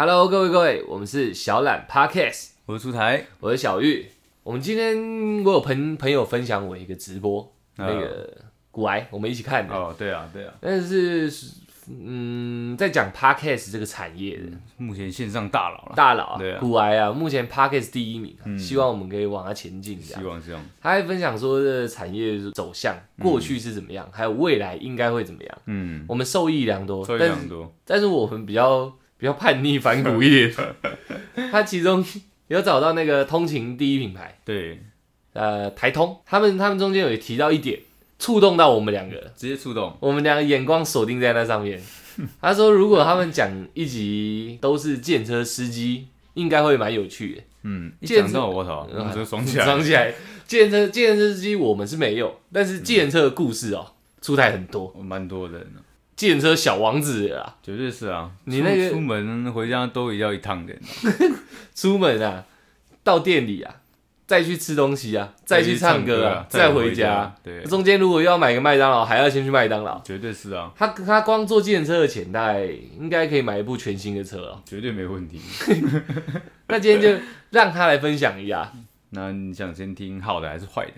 Hello，各位各位，我们是小懒 Podcast，我是出台，我是小玉。我们今天我有朋朋友分享我一个直播，哦那个古癌，我们一起看的。哦，对啊，对啊，但是，嗯，在讲 Podcast 这个产业的目前线上大佬了，大佬、啊嗯对啊嗯古癌啊，目前 Podcast 第一名、啊，希望我们可以往它前进。这希样，望希望，他还分享说这个产业走向，过去是怎么样，还有未来应该会怎么样。嗯，我们受益良多，受益但是良多，但是我们比较比较叛逆反骨一点， 他其中有找到那个通勤第一品牌，对，呃，台通，他们他们中间有提到一点，触动到我们两个，直接触动，我们两个眼光锁定在那上 面。他说，如果他们讲一集都是建车司机，应该会蛮有趣的。嗯，一见讲到我操，我就爽起来， 想起来，建车建车司机我们是没有，但是建车的故事哦、出台很多，我蛮多人的，建车小王子啊，绝对是啊，你出那个出门回家都也要一趟的，出门啊，到店里啊，再去吃东西啊，再去唱歌啊，再再回回家。，对，中间如果要买个麦当劳，还要先去麦当劳。绝对是啊，他他光坐计程车的钱，大概应该可以买一部全新的车哦。绝对没问题。那今天就让他来分享一下，那你想先听好的还是坏的？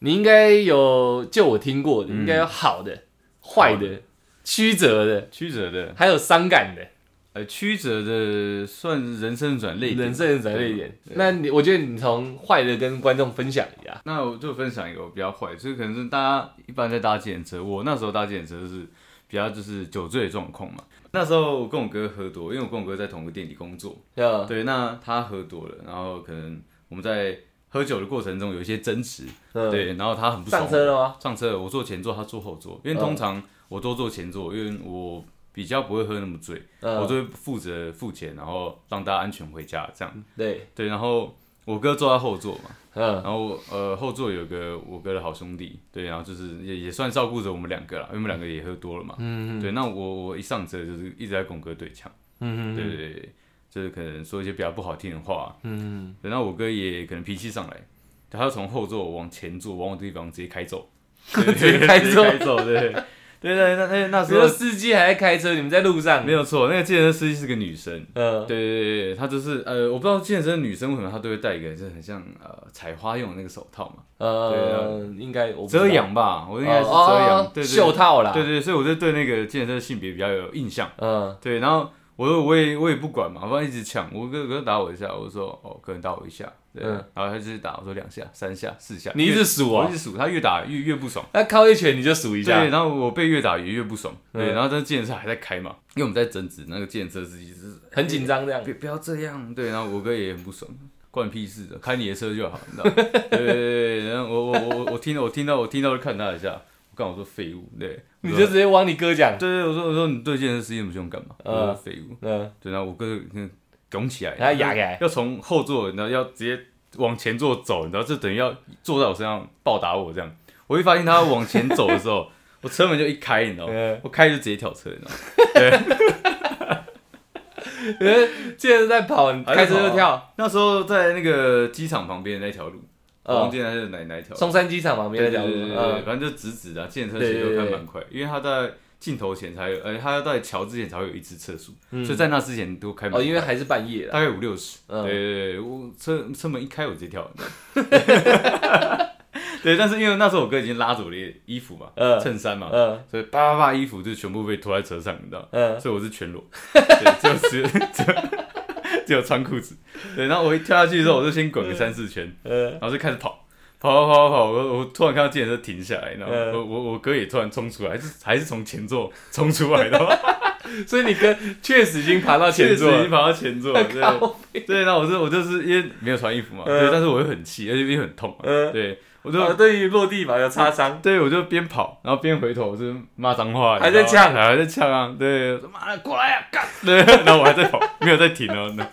你应该有就我听过的，应该有好的、坏好的、曲折的，曲折的，还有伤感的，呃，曲折的算人生转泪点，人生人类一点。那你我觉得你从坏的跟观众分享一下，那我就分享一个我比较坏，就是可能是大家一般在搭计程车，我那时候搭计程车就是比较就是酒醉的状况嘛。那时候我跟我哥喝多，因为我跟我哥在同个店里工作，呃，对，那他喝多了，然后可能我们在喝酒的过程中有一些争执，嗯，对，然后他很不爽。上车了嗯吗？上车了，我坐前座，他坐后座，因为通常我都坐前座，因为我比较不会喝那么醉，我嗯，就会负责付钱，然后让大家安全回家这样。对，对，然后我哥坐在后座嘛。嗯，然后呃后座有个我哥的好兄弟，对，然后就是也也算照顾着我们两个啦，因为我们两个也喝多了嘛，嗯对，那我我一上车就是一直在跟我哥对呛，嗯对对对，就是可能说一些比较不好听的话，嗯，对，那我哥也可能脾气上来，他就从后座往前座往我地方直接开 走，对直接开走直接开走，对对对，那那那只时候有司机还在开车，你们在路上没？有错，那个计程车司机是个女生，嗯，对对对对，她就是呃，我不知道健身女生为什么她都会戴一个，就是很像呃采花用的那个手套嘛，呃，应该我不知道啊遮阳吧，我哦应该是遮阳，哦对对袖套啦，对对，所以我就对那个健身性别比较有印象。嗯，对，然后我我也我也不管嘛，反正一直抢，我哥哥打我一下，我就说哦，可能打我一下，对，嗯然后他就是打，我说两下、三下、四下， 你一越直数我啊一，直数，他越打越越不爽。那靠一拳你就数一对，下，然后我被越打也越不爽，对，嗯然后这健身车还在开嘛，因为我们在争执，那个健身车司机就是很紧张这样。别不要这样，对，然后我哥也很不爽，关你屁事的，开你的车就好，你知道吗？对对对对，然后我我我我听到我听到我听到就看他一下，我刚我说废物，对，你我就说直接往你哥讲，对对，我说我说你对健身司机那么凶干嘛？嗯我说废物，嗯，对，然后我哥嗯拱起来，然后压起来要从后座，然后要直接往前座走，你知道，就等于要坐在我身上暴打我这样。我会发现他往前走的时候， 我车门就一开，你知道吗嗯？我开就直接跳车，你知道吗？可是接着在跑，你啊开车就跳，那时候在那个机场旁边那条路，我忘嗯，记那是哪哪一条路。松山机场旁边那对条对对路，对对，嗯，反正就直直的、啊，健身节奏开蛮快，因为他在镜头前才有，呃，他要在桥之前才会有一次测速，所以在那之前都开蛮快嗯哦，因为还是半夜了，大概五六十，嗯对对对，我车车门一开我直接跳， 你知道吗对，但是因为那时候我哥已经拉着我的衣服嘛，嗯衬衫嘛，嗯所以叭叭叭衣服就全部被拖在车上，你知道吗，嗯，所以我是全裸，对，只有只有只有只有穿裤子，对，然后我一跳下去的时候，我就先滚个三四圈，呃，然后就开始跑，跑跑跑跑，我我突然看到自行车停下来，然后嗯我我我哥也突然冲出来，还是还是从前座冲出来 的，嗯所以你 哥确实已经爬到前确实座已了经，跑到前座了，对靠，对，那我是我就是因为没有穿衣服嘛，嗯对，但是我又很气，而且又很痛嘛，嗯对，我就、哦对于落地板有擦伤，对我就边跑，然后边回头，我就骂脏话，还在你知道吗呛还在呛啊，对，我说妈的过来啊，干，对，然后我还在跑，没有在停哦，那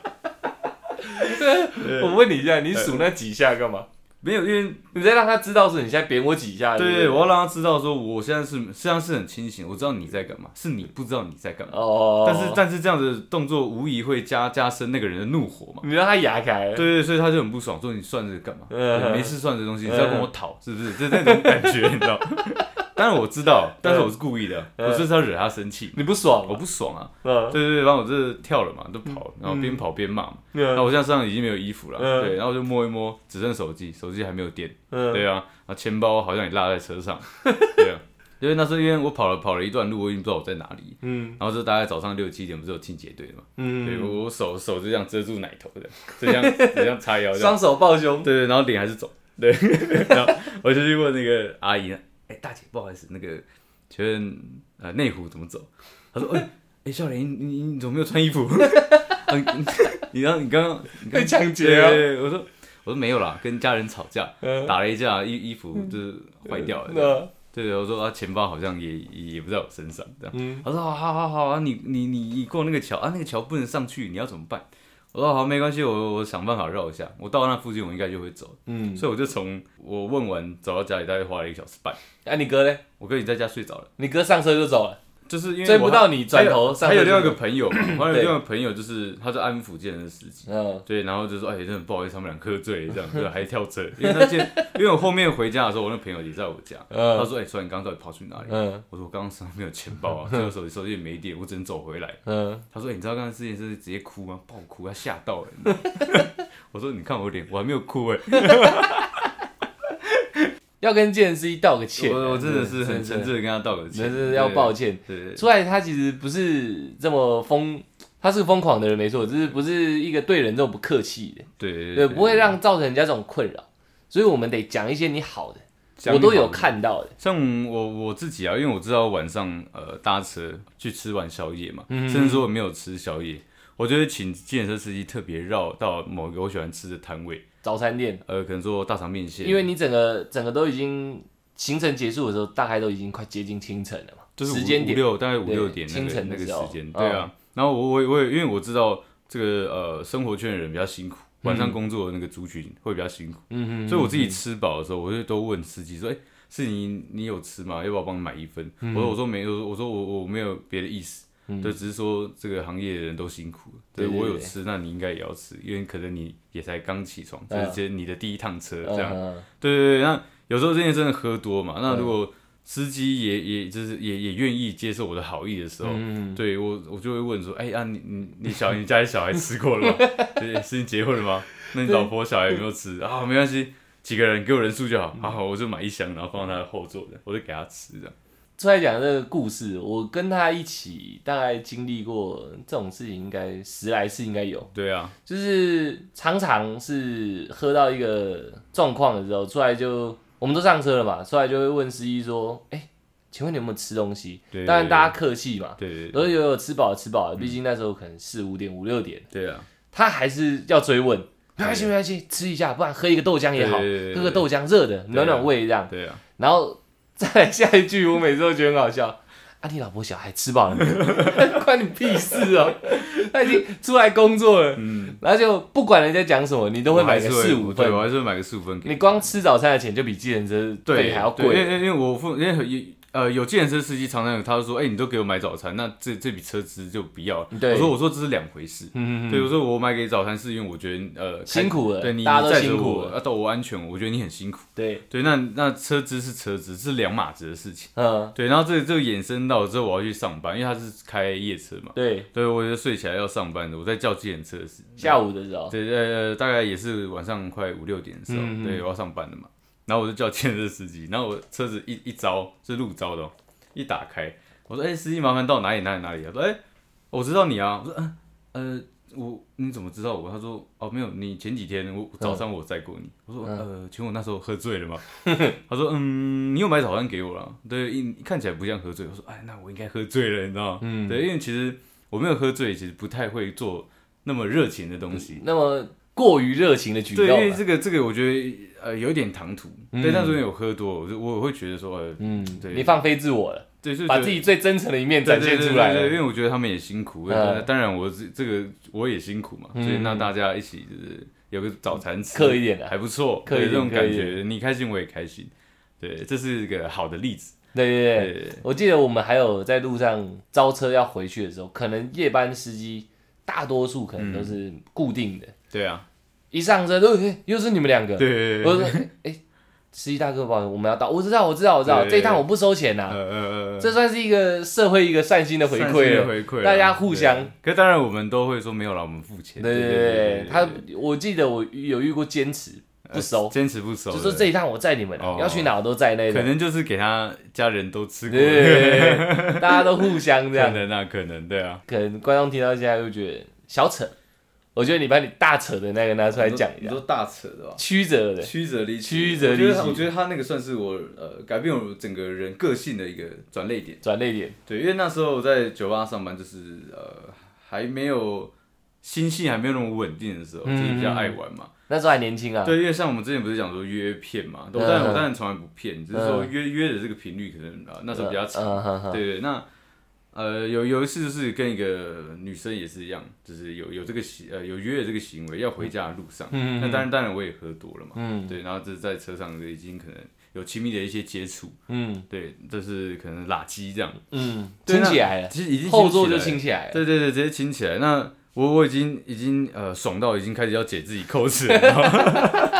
对我问你一下，你数那几下干嘛？没有，因为你再让他知道说你现在扁我几下，对不对，我要让他知道说我现在是实际上是很清醒，我知道你在干嘛，是你不知道你在干嘛，哦，但是但是这样的动作无疑会加加深那个人的怒火嘛。你让他牙开了，对对，所以他就很不 爽，说你算这个干嘛？嗯对没事算这东西，你是要跟我讨是不是？就那种感觉，你知道？ 当然我知道，但是我是故意的，嗯我就是要惹他生气，你不爽我吗？不爽啊。嗯对对对，然后我这跳了嘛，就跑，然后边跑边骂嘛。那嗯我现在身上已经没有衣服了，嗯对，然后我就摸一摸，只剩手机，手机还没有电，嗯，对啊，然后钱包好像也落在车上， 对啊，因为那时候因为我跑了跑了一段路，我已经不知道我在哪里，嗯然后就大概早上六七点不是有清洁队嘛，对嗯，我我手手就这样遮住奶头的，就这 样就这样叉腰这样，双手抱胸，对对，然后脸还是肿，对， 然后我就去问那个阿姨，哎、大姐不好意思，那个请问呃内湖怎么走？她说，哎、哎、笑脸你你你怎么没有穿衣服？ 啊你你刚你刚刚你 刚被抢劫对啊对，对我说我说没有啦，跟家人吵架，嗯打了一架，衣衣服就是坏掉了。嗯对，我说啊，钱包好像也也也不在我身上，这样。嗯他说好好好好啊，你你你你过那个桥啊，那个桥不能上去，你要怎么办？我说好，没关系，我我想办法绕一下，我到那附近我应该就会走。嗯，所以我就从我问完走到家里，大概花了一个小时半。那你哥嘞？我哥已经在家睡着了，你哥上车就走了，就是因为追不我到你，转头上还车有就另外一走个了，朋友嘛，还有另外一个朋友就是他是安抚健身司机，嗯对，然后就说哎，真的不好意思，他们俩喝醉了这样，对，还跳车， 因为他见，因为我后面回家的时候，我那朋友也在我家，他嗯说：“哎、欸，帅，你刚刚到底跑去哪里？”嗯我说：“我刚刚身上没有钱包 啊，这个手机手机也没电，我只能走回来。嗯”他说：“欸你知道刚才事情是直接哭吗？爆哭，他吓到了。你知道吗” 我说：“你看我脸，我还没有哭哎、要跟健身司机道个歉，我我真的是很真诚挚的的跟他道个歉，真的是要抱歉。对。对对，出来他其实不是这么疯，他是个疯狂的人没错，只是不是一个对人这种不客气的，对对对，不会让造成人家这种困扰，所以我们得讲一些你好的，讲我你都有好的看到的，像我我自己啊，因为我知道晚上呃搭车去吃完宵夜嘛，嗯甚至说我没有吃宵夜，我就会请计程车司机特别绕到某个我喜欢吃的摊位，早餐店，呃，可能说大肠面线，因为你整个整个都已经行程结束的时候，大概都已经快接近清晨了嘛，就是五时间五点，六大概五对六点那清个晨那的个时候嗯时间，对啊。然后我我我也因为我知道这个呃生活圈的人比较辛苦，晚上工作的那个族群会比较辛苦，嗯嗯嗯，所以我自己吃饱的时候，我就都问司机说：“哎、是你你有吃吗？要不要帮你买一份？”嗯我说：“我说没有，我说我我没有别的意思。对，只是说这个行业的人都辛苦了，对对对我有对吃，那你应该也要吃，因为可能你也才刚起床，嗯这是你的第一趟车嗯这样。嗯对对对，那有时候这件事真的喝多嘛，那如果司机也也就是也也愿意接受我的好意的嗯时候，对我我就会问说，哎、啊你你你小孩你家里小孩吃过了吗？ 对，是你结婚了吗？那你老婆小孩有没有吃啊？没关系，几个人给我人数就好，好好我就买一箱，然后放到他的后座的，我就给他吃这样。出来讲这个故事，我跟他一起大概经历过这种事情，应该十来次应该有。对啊，就是常常是喝到一个状况的时候，出来就我们都上车了嘛，出来就会问司机说：“哎、请问你有没有吃东西？”对当然大家客气嘛，对对对都有有吃饱吃饱了，毕竟那时候可能四五点五六点，对啊，他还是要追问。没关系，没关系，吃一下，不然喝一个豆浆也好对对对，对喝个豆浆热的暖暖胃这样。对啊，然后再来下一句，我每次都觉得很好笑。啊，你老婆小孩吃饱 了没？关你屁事哦！他已经出来工作了，嗯，然后就不管人家讲什么，你都会买个我还是四五对份。我还是会买个四五份给他你光吃早餐的钱就比计程车费对，还要对因贵。嗯为因为我父因为有呃有计程车司机常常有他就说，哎、你都给我买早餐，那这这笔车资就不要了。对我说我说这是两回事。嗯，对，我说我买给早餐是因为我觉得呃辛苦开了对你大家都你载着辛苦我了啊，到我安全，我觉得你很辛苦。对，对，那那车资是车资，是两码子的事情。嗯，对，然后这这个衍生到之后我要去上班，因为他是开夜车嘛。对，对，我就睡起来要上班的，我在叫计程车时，下午的时候，对，呃，大概也是晚上快五六点的时候，哦嗯嗯对，我要上班了嘛。然后我就叫建设司机，然后我车子一一招是路招的、哦，一打开，我说：“哎、司机，麻烦到哪里哪里哪里啊？”他说：“哎、我知道你啊。”我说：“嗯，呃，我你怎么知道我？”他说：“哦，没有，你前几天嗯我早上我载过你。我说：“呃，请问我那时候喝醉了吗？”他说：“嗯，你有买早餐给我了？对，一看起来不像喝醉。”我说：“哎，那我应该喝醉了，你知道吗？嗯对，因为其实我没有喝醉，其实不太会做那么热情的东西。那么过于热情的举对，因为动啊，这个这个我觉得呃有一点唐突，对，但是因为有喝多，我就我会觉得说，呃，嗯，对你放飞自我了，对，就把自己最真诚的一面展现出来对对对对了。对因为我觉得他们也辛苦，嗯当然我这这个我也辛苦嘛，所嗯以那大家一起就是有个早餐吃，刻一点的还不错，刻一点对这种感刻一觉，你开心我也开心，对，这是一个好的例子，对对对，对，我记得我们还有在路上招车要回去的时候，可能夜班司机大多数可能嗯都是固定的，对啊，一上车都、哎又是你们两个，对对对我对，说哎、司机大哥，不好意思，我们要到，我知道，我知道，我知道，对这一趟我不收钱呐、呃呃呃，这算是一个社会一个善心的回善心馈的了。回馈了，大家互相对。可当然我们都会说没有啦，我们付钱。对对对对对对，他我记得我有遇过坚持不收，坚持不呃收的，就说这一趟我载你们啊、哦要去哪我都载那可种。能就是给他家人都吃对过，对对 对 对大家都互相这可 样。能啊，可能对啊。可能观众听到现在就觉得小扯，我觉得你把你大扯的那个拿出来讲一你下，说大扯的哦吧？曲折的，曲折离奇，曲折我觉离得奇他我觉得他那个算是我呃改变我整个人个性的一个转捩点。转泪点，对，因为那时候我在酒吧上班，就是呃还没有心性还没有那么稳定的时候，就嗯是比较爱玩嘛。那时候还年轻啊，对，因为像我们之前不是讲说约骗嘛，嗯我当然我当然从来不骗，只是说嗯约约的这个频率可能啊那时候比较长。嗯哼哼对对，那呃有有一次就是跟一个女生也是一样，就是有有这个行呃有约的这个行为，要回家的路上，嗯那当然当然我也喝多了嘛，嗯对，然后就是在车上就已经可能有亲密的一些接触，嗯对，就是可能拉鸡这样，嗯，对亲那起来了，其实已经后座就亲亲起起来来了，了，对对对，直接亲起来。那我我已经已经呃爽到已经开始要解自己扣子了，你知道吗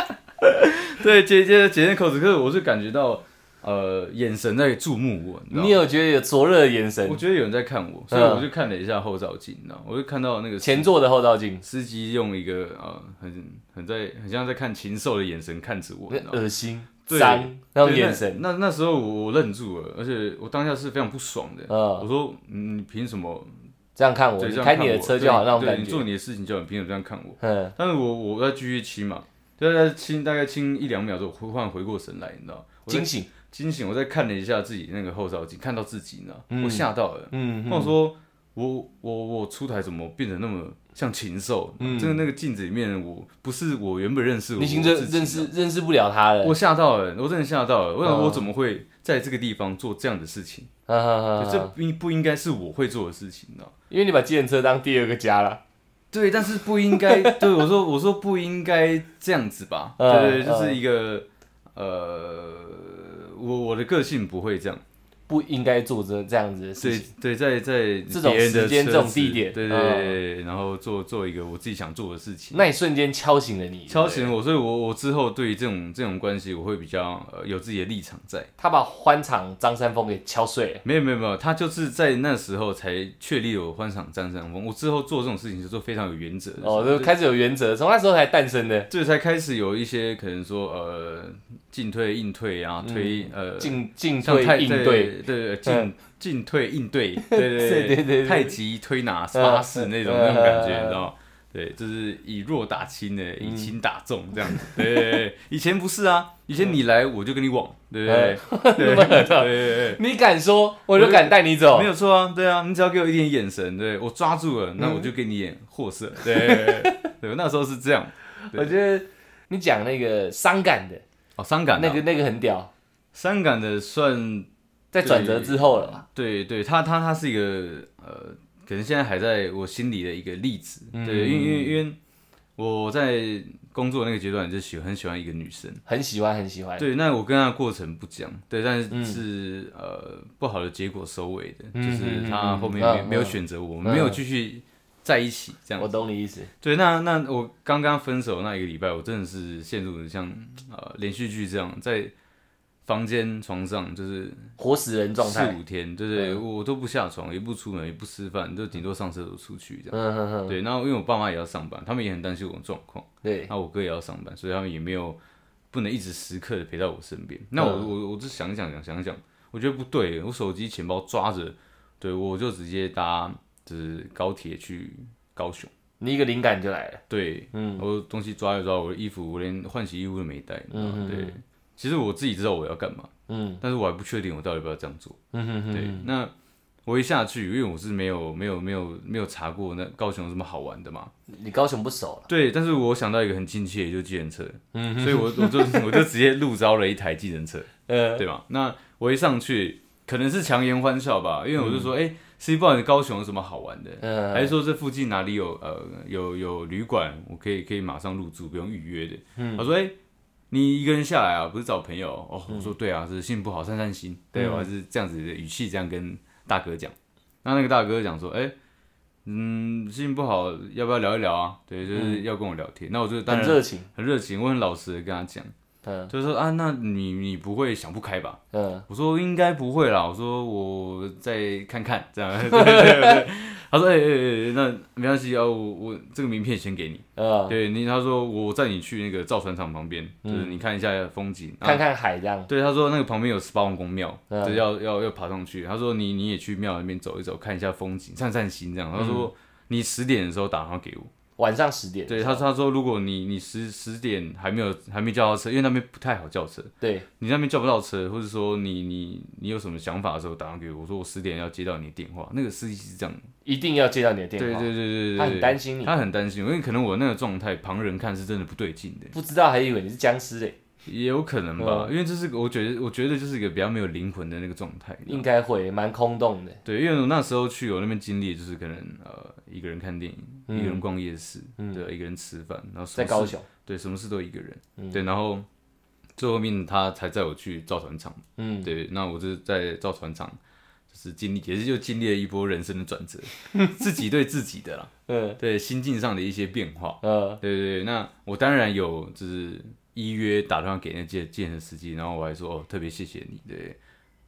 对，解解解那扣子，可是我是感觉到呃眼神在注目我，你知道你吗？有觉得有灼热的眼神我，觉得有人在看我，所以我就看了一下后照镜，你知道吗，我就看到那个嗯前座的后照镜，司机用一个呃很很在很像在看禽兽的眼神看着我，你知道吗恶心对脏嗯那种对眼神，那那那时候我我愣住了，而且我当下是非常不爽的。我嗯，说，嗯你凭什么？这样看我，对，你这样开看你的我车对就好那种对感你做觉，你的事情就好，你凭什么这样看我？嗯但是我我在继续亲嘛，就在亲大概亲一两秒钟，我忽然回过神来，你知道，我在惊醒，惊醒，我再看了一下自己那个后照镜，看到自己，你知道，嗯我吓到了。嗯那我说，我我我出台怎么变得那么像禽兽？嗯真的那个镜子里面，我不是我原本认识我，你已经我认自己啊认识认识不了他了，我吓到了，我真的吓到了。我想嗯我怎么会在这个地方做这样的事情？嗯哼就哼这哼，不应不应该是我会做的事情呢、因为你把计程车当第二个家了。对，但是不应 该。对我说，我说不应该这样子吧。嗯对对，嗯就是一个呃，我我的个性不会这样。不应该做这这样子的事对情。对，在在这种别人的时间车这种子地点嗯对对对对，对然后做做一个我自己想做的事情。那一瞬间敲醒了你，敲对醒我，所以我我之后对于这种这种关系，我会比较呃有自己的立场在。他把欢场张三丰给敲碎了。没有没有没有，他就是在那时候才确立我欢赏张三丰。我之后做这种事情就是非常有原则的事情。哦，就开始有原则，从那时候才诞生的这才开始有一些可能说呃进退应退啊，推、呃进进像退太应对，对对对嗯进进退应对， 对对对对对对太极推拿发式那种嗯那种感觉，嗯你知道吗？对，就是以弱打轻的，以轻打重这样子。对对对，以前不是啊，以嗯前你来我就跟你往，对不对？ 对对对对对，你敢说，我就敢带你走没。有错啊，对啊，你只要给我一点眼神，对我抓住了，嗯那我就给你演货色。对对对对，那时候是这样。对我觉得你讲那个伤感的，哦，伤感啊那个那个很屌，伤感的算在转折之后了嘛。对对，他他他是一个呃，可能现在还在我心里的一个例子。对，因为因为因为我在工作那个阶段就喜很喜欢一个女生。很喜欢很喜欢。对，那我跟她的过程不讲，对，但是嗯是、呃不好的结果收尾的，嗯就是她后面嗯没、嗯没有选择我，嗯没有继续在一起这样我。懂你意思。对，那那我刚刚分手那一个礼拜，我真的是陷入像呃连续剧这样，在房间床上就是活死人状态四。五天，对对，我都不下床，也不出门，也不吃饭，就顶多上厕所出去这样。嗯哼哼，对，然后因为我爸妈也要上班，他们也很担心我的状况，啊对，那我哥也要上班，所以他们也没有不能一直时刻的陪在我身边。那我、嗯我我就想想想想想，我觉得不对，我手机钱包抓着，对我就直接搭就是高铁去高雄。你一个灵感就来了。对，嗯我东西抓一抓，我的衣服我连换洗衣物都没带，你知道吗嗯嗯嗯对。其实我自己知道我要干嘛，嗯但是我还不确定我到底要不要这样做。嗯哼对哼，，那我一下去，因为我是没有没有没有没有查过那高雄有什么好玩的嘛。你高雄不熟了。对，但是我想到一个很亲切，就计程车，嗯所以我我就我就直接路招了一台计程车，呃，对吧？那我一上去，可能是强颜欢笑吧，因为我就说，哎、司机不好意思，高雄有什么好玩的？嗯还是说这附近哪里有呃有有旅馆，我可以可以马上入住，不用预约的。嗯他说：“哎、你一个人下来啊，不是找朋友哦？”我说：“对啊，是心情不好，散散心。”嗯对，我还是这样子的语气这样跟大哥讲。那那个大哥讲说：“哎、嗯，心情不好，要不要聊一聊啊？对，就是要跟我聊天。那我就嗯当很然热情。很热情，我很老实的跟他讲。嗯就是说啊，那你你不会想不开吧？嗯，我说应该不会啦，我说我再看看这样。 对对对对他说哎哎哎，哎那没关系啊，我我这个名片先给你。呃，对你，他说我载你去那个造船厂旁边，就是你看一下风景。嗯然后看看海这样，对，他说那个旁边有十八王公庙，嗯就是要要要爬上去。他说你你也去庙那边走一走，看一下风景，散散心这样。他嗯说你十点的时候打电话给我。晚上十点，对，他他说如果你你十十点还没有还没叫到车，因为那边不太好叫车，对，你那边叫不到车，或者说你你你有什么想法的时候打电话给我，我说我十点要接到你的电话。那个司机是这样，一定要接到你的对电对话，对对对，他很担心你，他很担心我，因为可能我那个状态，旁人看是真的不对劲的，不知道还以为你是僵尸嘞，也有可能吧，嗯因为这是个我觉得我觉得就是一个比较没有灵魂的那个状态。应该会蛮空洞的，对，因为我那时候去我那边经历就是可能呃一个人看电影，嗯一个人逛夜市，嗯对，一个人吃饭，然后什在么高事雄，对什么事都一个人，嗯对，然后最后面他才载我去造船厂，嗯，对，那我就是在造船厂就是经历也是就经历了一波人生的转 折，自己对自己的啦，嗯对心境上的一些变化，呃，对对对，那我当然有就是依约打电话给那健健身司机，然后我还说哦特别谢谢你，对，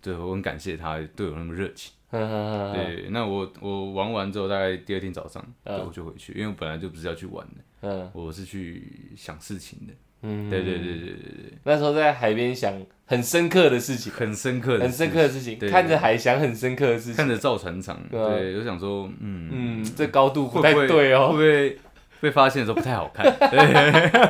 对我很感谢他对我那么热情。呵呵呵呵对，那我我玩完之后，大概第二天早上，对，嗯我就回去，因为我本来就不是要去玩的，嗯我是去想事情的。嗯，对对对对对对，那时候在海边想很深刻的事情，很深刻的，很深刻的事情，对看着海想很深刻的事情，看着造船厂，对啊对，我想说，嗯，嗯，这高度会不不太会对会不哦，会被发现的时候不太好看，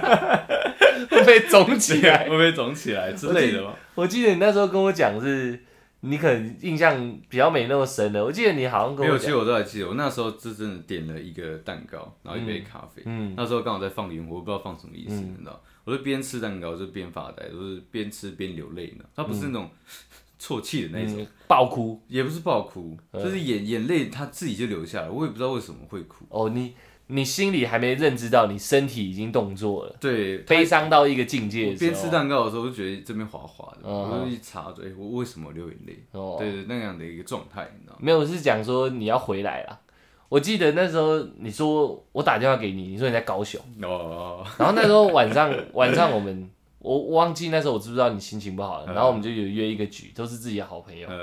会被肿 起来 会。不会肿起来之类的吧？我记得你那时候跟我讲是，你可能印象比较没那么深了。我记得你好像没跟有，我其实讲，我都还记得，我那时候就真的点了一个蛋糕，然后一杯咖啡，嗯那时候刚好在放烟火，我不知道放什么意思，嗯你知道？我就边吃蛋糕就边发呆，就是边吃边流泪呢。它不是那种啜泣的那种，嗯，爆哭也不是不好哭，就是眼眼泪它自己就流下来，我也不知道为什么会哭。哦，你你心里还没认知到，你身体已经动作了，对，它悲伤嗯到一哦个境界我的时候。边吃蛋糕的时候，我就觉得这边滑滑的，嗯我就一查着，哎，我为什么流眼泪？哦，对对，那样的一个状态，你知道吗？没有是讲说你要回来了。我记得那时候你说我打电话给你，你说你在高雄，哦，然后那时候晚上晚上我们我我忘记那时候我知不知道你心情不好了，嗯然后我们就有约一个局，都是自己的好朋友。呃，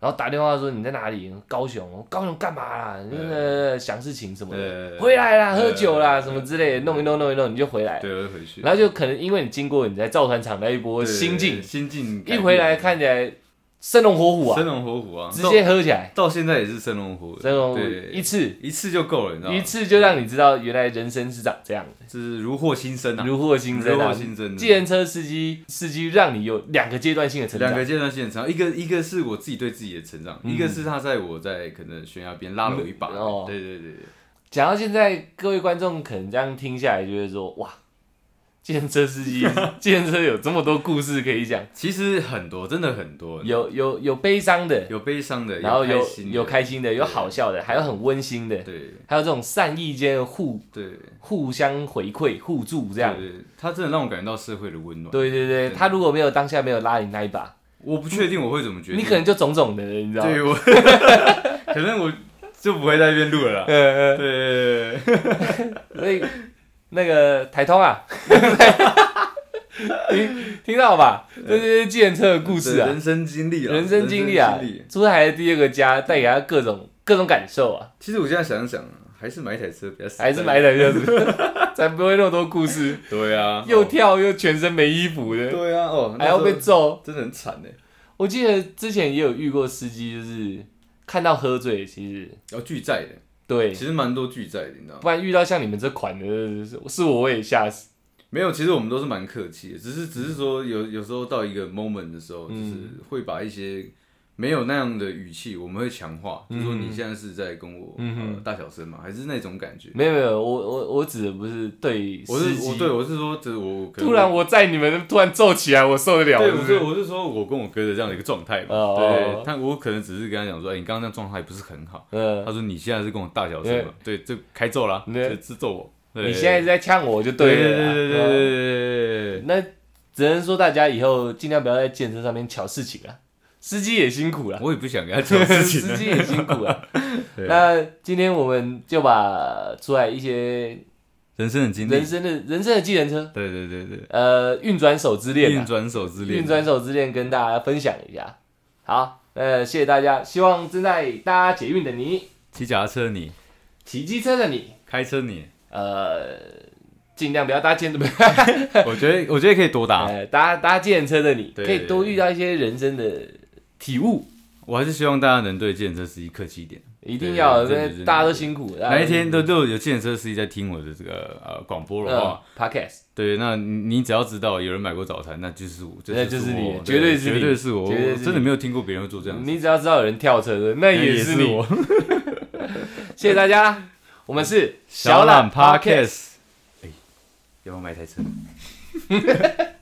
然后打电话说你在哪里？高雄，高雄干嘛啦？嗯呃，想事情什么的，呃回来啦，呃喝酒啦，什么之类的，弄一弄弄一弄，你就回来。对，我就回去。然后就可能因为你经过你在造船厂那一波对心境，心境改一变回来看起来生龙活虎啊生，龙活虎啊，直接喝起来，到到现在也是生龙活虎，生龙活虎对一次一次就够了，你知道吗一？次就让你知道原来人生是长这样的，就是如获新生啊，如获新生如啊获！新生。计程车司机司机让你有两个阶段性的成两个长，阶段性的成长，一个一个是我自己对自己的成长，啊嗯一个是他在我在可能悬崖边拉了我一把。嗯哦对对对对，讲到现在，各位观众可能这样听下来，就会说哇，计程车司 机，计程车有这么多故事可以讲，其实很多，真的很多，有有有悲伤的，有悲伤的，然后有有开心的有开心的，有好笑的，还有很温馨的，对还有这种善意间的互对互相回馈、互助这样。对对他真的让我感觉到社会的温暖。对对对，他如果没有当下没有拉你那一把，我不确定我会怎么决定，你可能就肿肿的了，你知道吗？对我，可能我就不会在那边录了啦。呃，对，所以那个台通啊， 听听到吧？这就是计程车的故事对啊，人生经历啊，人生经历啊人生经历，出海的第二个家带给他各种各种感受啊，其实我现在想想，还是买一台车比较啊实在还是买的就是 才不会那么多故事，对啊，又哦跳又全身没衣服的，对啊，哦，还要被那时揍。候真的很惨欸呢。我记得之前也有遇过司机，就是看到喝醉，其实要拒哦载的，对其，实蛮多拒载的，你知道吗？不然遇到像你们这款的，是是我我也吓死。没有，其实我们都是蛮客气的，只是只是说有有时候到一个 moment 的时嗯候，就是会把一些没有那样的语气，我们会强化，嗯就说你现在是在跟我呃大小声嘛，还是那种感觉？没有没有，我我我指的不是对嗯我司是机我，对我是说，这我可能突然我在你们突然皱起来，我受得了对，是我不是是我是说我跟我哥的这样的一个状态嘛，哦对，但我可能只是跟他讲说，哎、你刚刚那状态不是很好。嗯，他说你现在是跟我大小声嘛，对，就开揍啦，对就自揍我。对你现在是在呛我就对了对啦。对对对嗯对对对，那只能说大家以后尽量不要在健身上面挑事情了，司机也辛苦了。我也不想跟他讲事情司啊。机也辛苦了。 对那今天我们就把出来一些人生的经历，人生的人生的计程车，对对对对，呃，运转手之恋、运啊，转手之恋，运转手之恋跟大家分享一下。好，呃，谢谢大家，希望正在搭捷运的你，骑脚踏车的你，骑机车的你，开车的你，呃，尽量不要搭建 对不对？我觉得我觉得可以多打，呃，搭搭计程车的你，对可以多遇到一些人生的体悟，我还是希望大家能对健身司机客气一点。一定要，因对对对为大家都辛苦。哪一天都都有健身司机在听我的这个呃广播的话，呃，podcast，对，那你你只要知道有人买过早餐，那就是我，那就是你我绝对是你绝对是我，绝对是我你真的没有听过别人会做这样子，你只要知道有人跳车的，那那也是是你。我。谢谢大家，我们是小懒 Podcast。 Podcast，哎，要不要买台车？